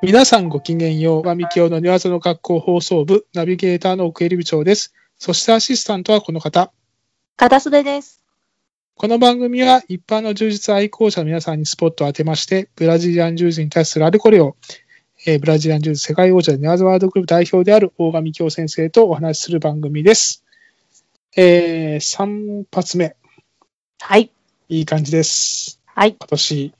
皆さんごきげんよう。まみきおの庭園の学校放送部、ナビゲーターの奥入部長です。そしてアシスタントはこの方。片袖です。この番組は一般の柔術愛好者の皆さんにスポットを当てまして、ブラジリアン柔術に対するあれこれを、えーブラジリアン柔術世界王者でネアズワールドクループ代表である大上京先生とお話しする番組です。え3発目、はい。いい感じです。はい。今年、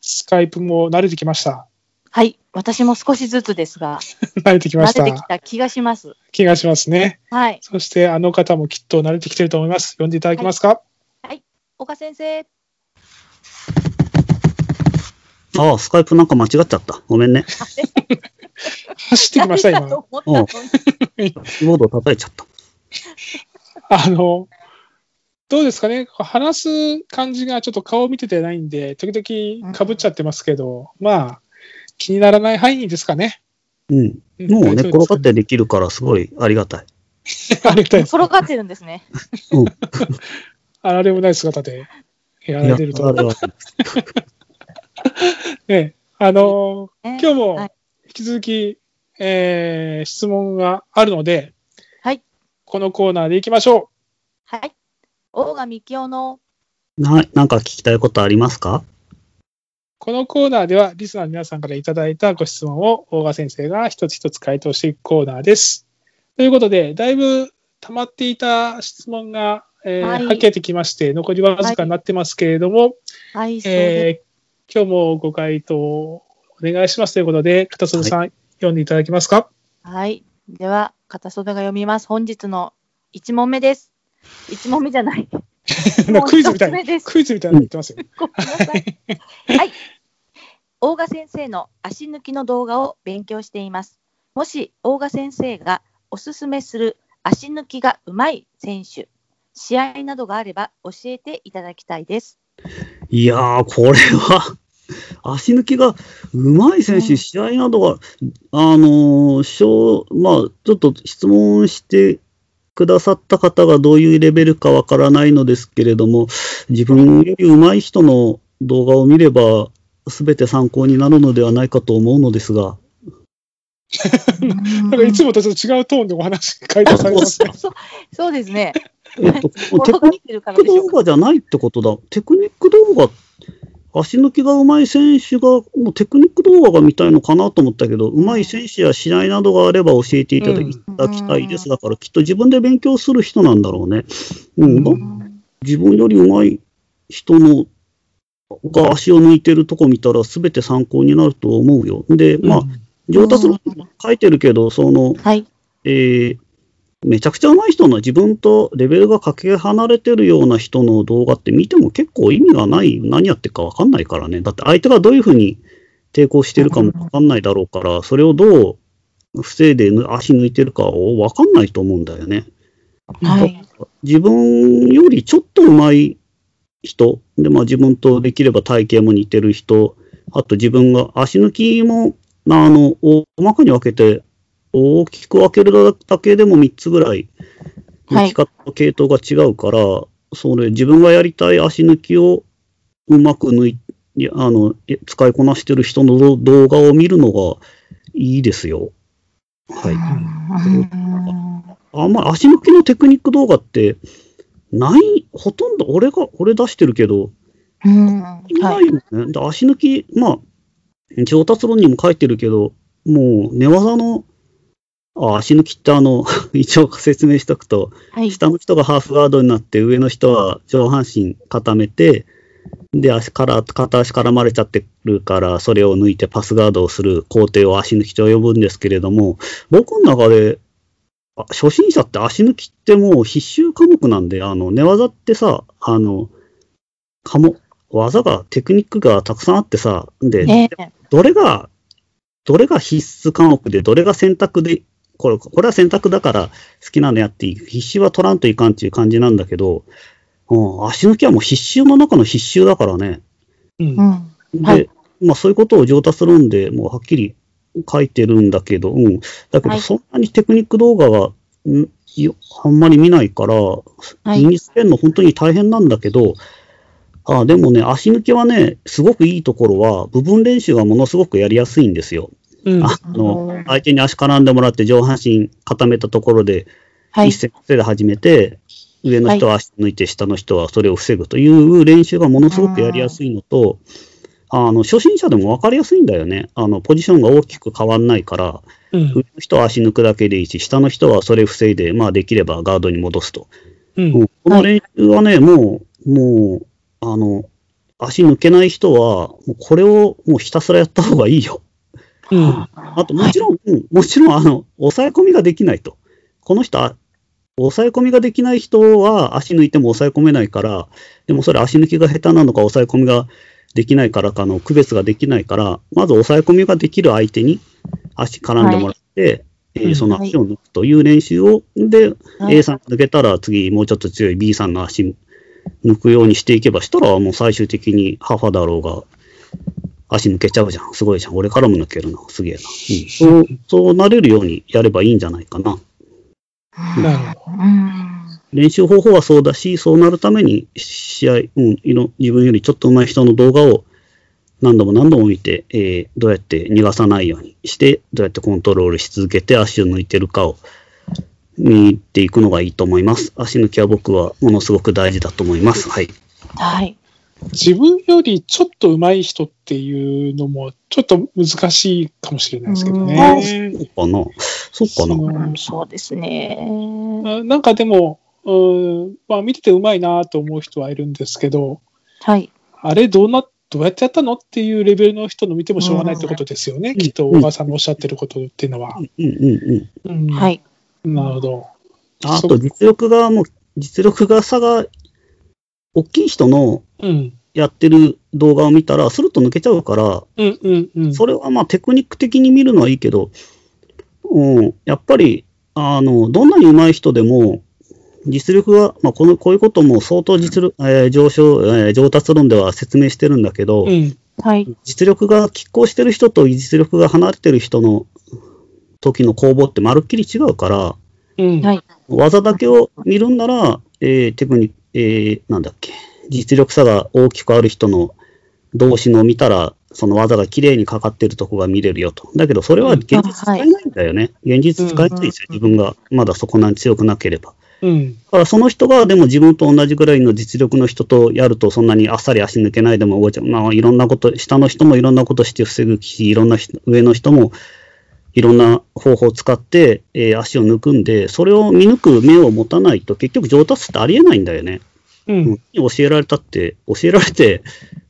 スカイプも慣れてきました。 はい。私も少しずつですが、慣れてきまし慣たれ。てきた気がします。気がしますね。はい。そしてあの方もきっと慣れてきてると思います。呼んでいただけますか、岡先生。ああ、スカイプなんか間違っちゃった。ごめんね。走ってきました、 誰今。だと思ったのにキーボード叩いちゃった。あの、どうですかね、話す感じがちょっと顔見ててないんで、時々かぶっちゃってますけど、まあ、気にならない範囲ですかね。うん。んも大うね、丈転が夫っでてできるからすごいありがたい。すかね ありがたいです。 転がってるんですね。あられもない姿でやられてると。あれはね、あの、今今日もはい引き続き、えー質問があるので、はいこのコーナーでいきましょう。はい。大神清の。な、なんか聞きたいことありますかこのコーナーでは、リスナーの皆さんからいただいたご質問を、大賀先生が一つ一つ回答していくコーナーです。ということで、だいぶ溜まっていた質問が、えーはいはけてきまして、残りわずかになってますけれども、はい。そうですえー今日もご回答お願いしますということで、片袖さん、読んでいただけますかはい。では、片袖が読みます。本日の1問目です。1問目じゃ ない。なんかクイズみたいもなう一つ目です。クイズみたいになってますよ。ごめんなさい。はい。大賀先生の足抜きの動画を勉強しています。もし大賀先生がおすすめする足抜きがうまい選手、試合などがあれば教えていただきたいです。いやー、これは、 足抜きがうまい選うん手、試合などは、あのーしょう、まあ、ちょっと質問してくださった方がどういうレベルかわからないのですけれども、自分より上手い人の動画を見れば、すべて参考になるのではないかと思うのですが、なんかいつもとちょっと違うトーンでお話、回答されてますね。 そうですね。えっと、転テクがっニてるかッらクでしょ動うか。画じゃないってことだ。テクニック動画、足抜きが上手い選手が、もうテクニック動画が見たいのかなと思ったけど、上手い選手や試合などがあれば教えていただき,、うんたいです。だから、きっと自分で勉強する人なんだろうね。うん、うん自分より上手い人のが足を抜いてるとこ見たら、すべて参考になると思うよ。で、まあ、上達の書いてるけど、その、はい。えーめちゃくちゃ上手い人の自分とレベルがかけ離れてるような人の動画って見ても結構意味がない、何やってるかわかんないからね。だって相手がどういうふうに抵抗してるかもわかんないだろうから、それをどう防いでぬ足抜いてるかをわかんないと思うんだよね。はい。自分よりちょっと上手い人、で、まあ自分とできれば体型も似てる人、あと自分が足抜きも、まああの、大まかに分けて、大きく分けるだけでも3つぐらい、はい抜き方、系統が違うから、それ、自分がやりたい足抜きをうまく抜いいやあの、い使いこなしてる人の動動画を見るのがいいですよ。はい。あんまり足抜きのテクニック動画って、ない、ほとんど俺が、俺出してるけど、うんなはいい。よね。で足抜き、まあ、上達論にも書いてるけど、もう、寝技の、あ足抜きってあの、 一応説明しとくと、はい。下の人がハーフガードになって、上の人は上半身固めて、で、足から、片足絡まれちゃってるから、それを抜いてパスガードをする工程を足抜きと呼ぶんですけれども、僕の中で、あ初心者って足抜きってもう必修科目なんで、あの、寝技ってさ、あの、科目、技が、テクニックがたくさんあってさ、で、えどれが、どれが必須科目で、どれが選択で、これ、これは選択だから好きなのやっていい。必修は取らんといかんっていう感じなんだけど、うん、足抜きはもう必修の中の必修だからね。うんうん。で、はいまあそういうことを上達するんで、もうはっきり書いてるんだけど、うん。だけはいどそんなにテクニック動画は、うんよあんまり見ないから、い身につけるの本当に大変なんだけど、あでもね、足抜きはね、すごくいいところは、部分練習がものすごくやりやすいんですよ。うん。あの、の相手に足絡んでもらって上半身固めたところで、はい一。戦一戦で始めて、上の人は足抜いて、下の人はそれを防ぐという練習がものすごくやりやすいのと、あの、初心者でも分かりやすいんだよね。あの、ポジションが大きく変わんないから、うん上の人は足抜くだけでいいし、下の人はそれ防いで、まあできればガードに戻すと。うんうんこの練習はね、もう、もう、あの、足抜けない人は、もうこれをもうひたすらやった方がいいよ。うん。あと、もちろん、うんもちろん、あの、抑え込みができないと。この人、あ抑え込みができない人は足抜いても抑え込めないから、でもそれ足抜きが下手なのか抑え込みができないからかの区別ができないから、まず抑え込みができる相手に足絡んでもらって、えーうんその足を抜くという練習を、で、はい A さん抜けたら次もうちょっと強い B さんの足抜くようにしていけばしたらもう最終的にハファだろうが足抜けちゃうじゃん。すごいじゃん。俺からも抜けるな。すげえな。うんそう、そうなれるようにやればいいんじゃないかな。なるほど。うん練習方法はそうだし、そうなるために試合、うん、いろ自分よりちょっと上手い人の動画を何度も何度も見て、えーどうやって逃がさないようにして、どうやってコントロールし続けて足を抜いてるかを見ていくのがいいと思います。足抜きは僕はものすごく大事だと思います。はい。はい。自分よりちょっと上手い人っていうのも、ちょっと難しいかもしれないですけどね。そうかなそうかなうんそうですね。あなんかでも、うんまあ、見ててうまいなと思う人はいるんですけど、はい。あれどうな、どうやってやったのっていうレベルの人の見てもしょうがないってことですよね、んきっと小川さんのおっしゃってることっていうのは。うんうんうん。うんはい。なるほど。あと実力がもう、実力が差が大きい人のうん。やってる動画を見たら、スルッと抜けちゃうから、うんうんうん。それはまあテクニック的に見るのはいいけど、うん、やっぱり、あの、どんなに上手い人でも、実力が、まあ、この、こういうことも相当実力、えー上昇、えー上達論では説明してるんだけど、うん。はい。実力が拮抗してる人と実力が離れてる人の時の攻防ってまるっきり違うから、うん。はい。技だけを見るんなら、えーテクニック、えーなんだっけ、実力差が大きくある人の同士のを見たら、その技が綺麗にかかってるとこが見れるよと。だけど、それは現実使えないんだよね。現実使えないんですよ。うん自分がまだそこなん強くなければ。うん。だからその人がでも自分と同じぐらいの実力の人とやるとそんなにあっさり足抜けないでも動いちゃう。まあいろんなこと、下の人もいろんなことして防ぐし、いろんな人上の人もいろんな方法を使って、えー足を抜くんで、それを見抜く目を持たないと結局上達ってありえないんだよね。ううんん。教えられたって、教えられて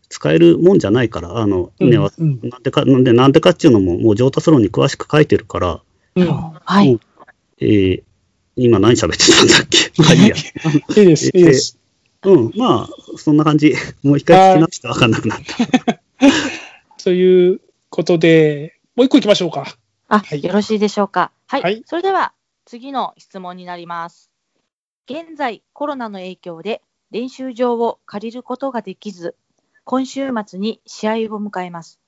使えるもんじゃないから、あの、ね、わうん。なんでか、なんで、なんでかっていうのももう上達論に詳しく書いてるから、うん。はういん。えー今何喋ってたんだっけまあ いいや。いいです、いいです。うん、まあ、そんな感じ。 もう一回聞き直して分かんなくなった。ということで、もう一個行きましょうか。あ、はいよろしいでしょうか。はい。はいそれでは次の質問になります。現在、コロナの影響で練習場を借りることができず、今週末に試合を迎えます。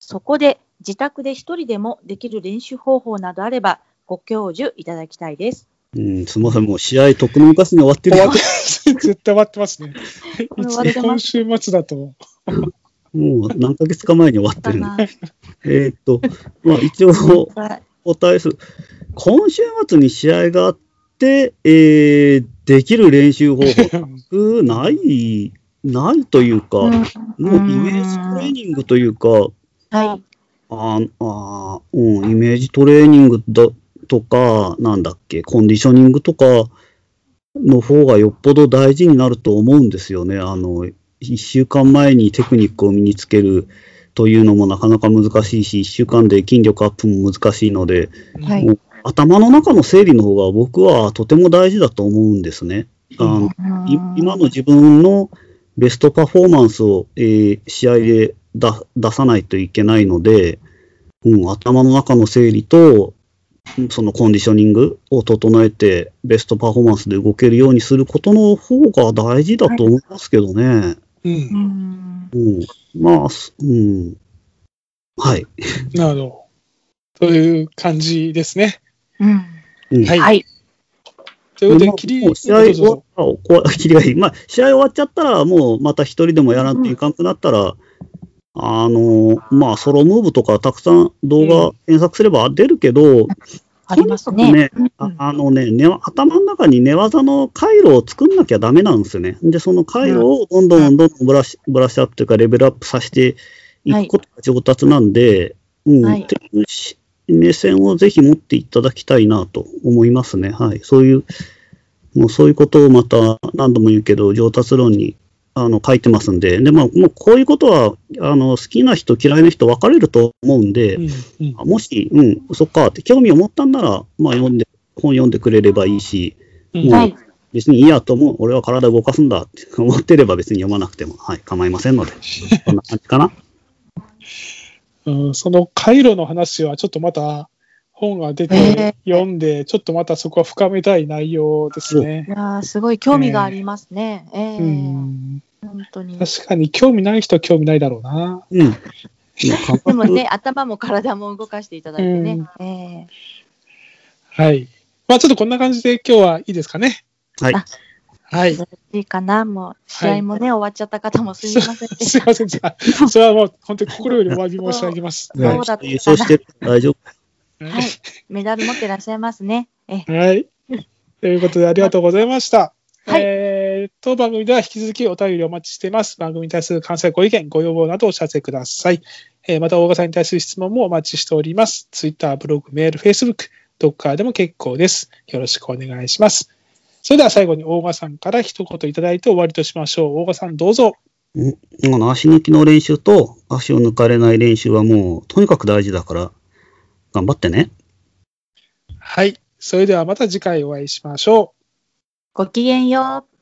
そこで自宅で一人でもできる練習方法などあれば、ご教授いただきたいです。うん、すみません、もう試合、とっくの昔に終わってる終よわっ。てます絶対終わってますね。これ終わって今ます週末だと。もう何ヶ月か前に終わってかるね。な。えーっと、まあ、一応、お答えする。今週末に試合があって、えー、できる練習方法、少ない、ないというか、 うんもうイメージトレーニングというか、はい。あーあー、うん、イメージトレーニングだとか、なんだっけ、コンディショニングとかの方がよっぽど大事になると思うんですよね。あの、一週間前にテクニックを身につけるというのもなかなか難しいし、一週間で筋力アップも難しいので、はいもう頭の中の整理の方が僕はとても大事だと思うんですね。あのい今の自分のベストパフォーマンスを、えー試合で出出さないといけないので、うん、頭の中の整理と、うんそのコンディショニングを整えて、ベストパフォーマンスで動けるようにすることの方が大事だと思いますけどね。うんう。んうん、まあ、すうん。はい。なるほど。という感じですね。うんうんはい。はい。ということまであ、切り、もう試合終わったらこわ、切りがいい。まあ、試合終わっちゃったら、もうまた一人でもやらんといかんくなったら、あの、まあ、ソロムーブとかたくさん動画検索すれば出るけど、ありますとにかくね。うんああのねね、頭の中に寝技の回路を作んなきゃダメなんですよね。で、その回路をどんどんどんどんブラシブラッシュアップというか、レベルアップさせていくことが上達なんで、うん、はいっていうし目線をぜひ持っていただきたいなと思いますね。はい。そういう、もうそういうことをまた何度も言うけど、上達論にあの書いてますんで、で、まあ、もうこういうことは、あの、好きな人、嫌いな人分かれると思うんで、うんうんあもし、うん、そっかって興味を持ったんなら、まあ読んで、本読んでくれればいいし、うんもはうい。別にいいやと思う、俺は体動かすんだって思ってれば別に読まなくても、はい、構いませんので、こんな感じかな。うんその回路の話はちょっとまた本が出て読んで、ちょっとまたそこは深めたい内容ですねい。やーすごい興味がありますね。ええうん、本当に。で確かに興味ない人は興味ないだろうな。うん。感もね、頭も体も動かしていただいてね。えはい。まあちょっとこんな感じで今日はいいですかね。はい。はえいよ。ろしいかな、もう試合もね、終わっちゃった方もすみません でしすいません。じゃあ、それはもう本当に心よりお詫び申し上げます。そう はいだったな優勝してる大丈夫。た。はい、メダル持ってらっしゃいますね。ええはい。ということで、ありがとうございました。はいえー、と、番組では引き続きお便りをお待ちしています。番組に対する関西ご意見、ご要望などをお知らせください。えー、また、大賀さんに対する質問もお待ちしております。ツイッター、ブログ、メール、フェイスブック、どっかでも結構です。よろしくお願いします。それでは最後に大賀さんから一言いただいて終わりとしましょう。大賀さん、どうぞ。今の足抜きの練習と足を抜かれない練習はもうとにかく大事だから、頑張ってね。はい。それではまた次回お会いしましょう。ごきげんよう。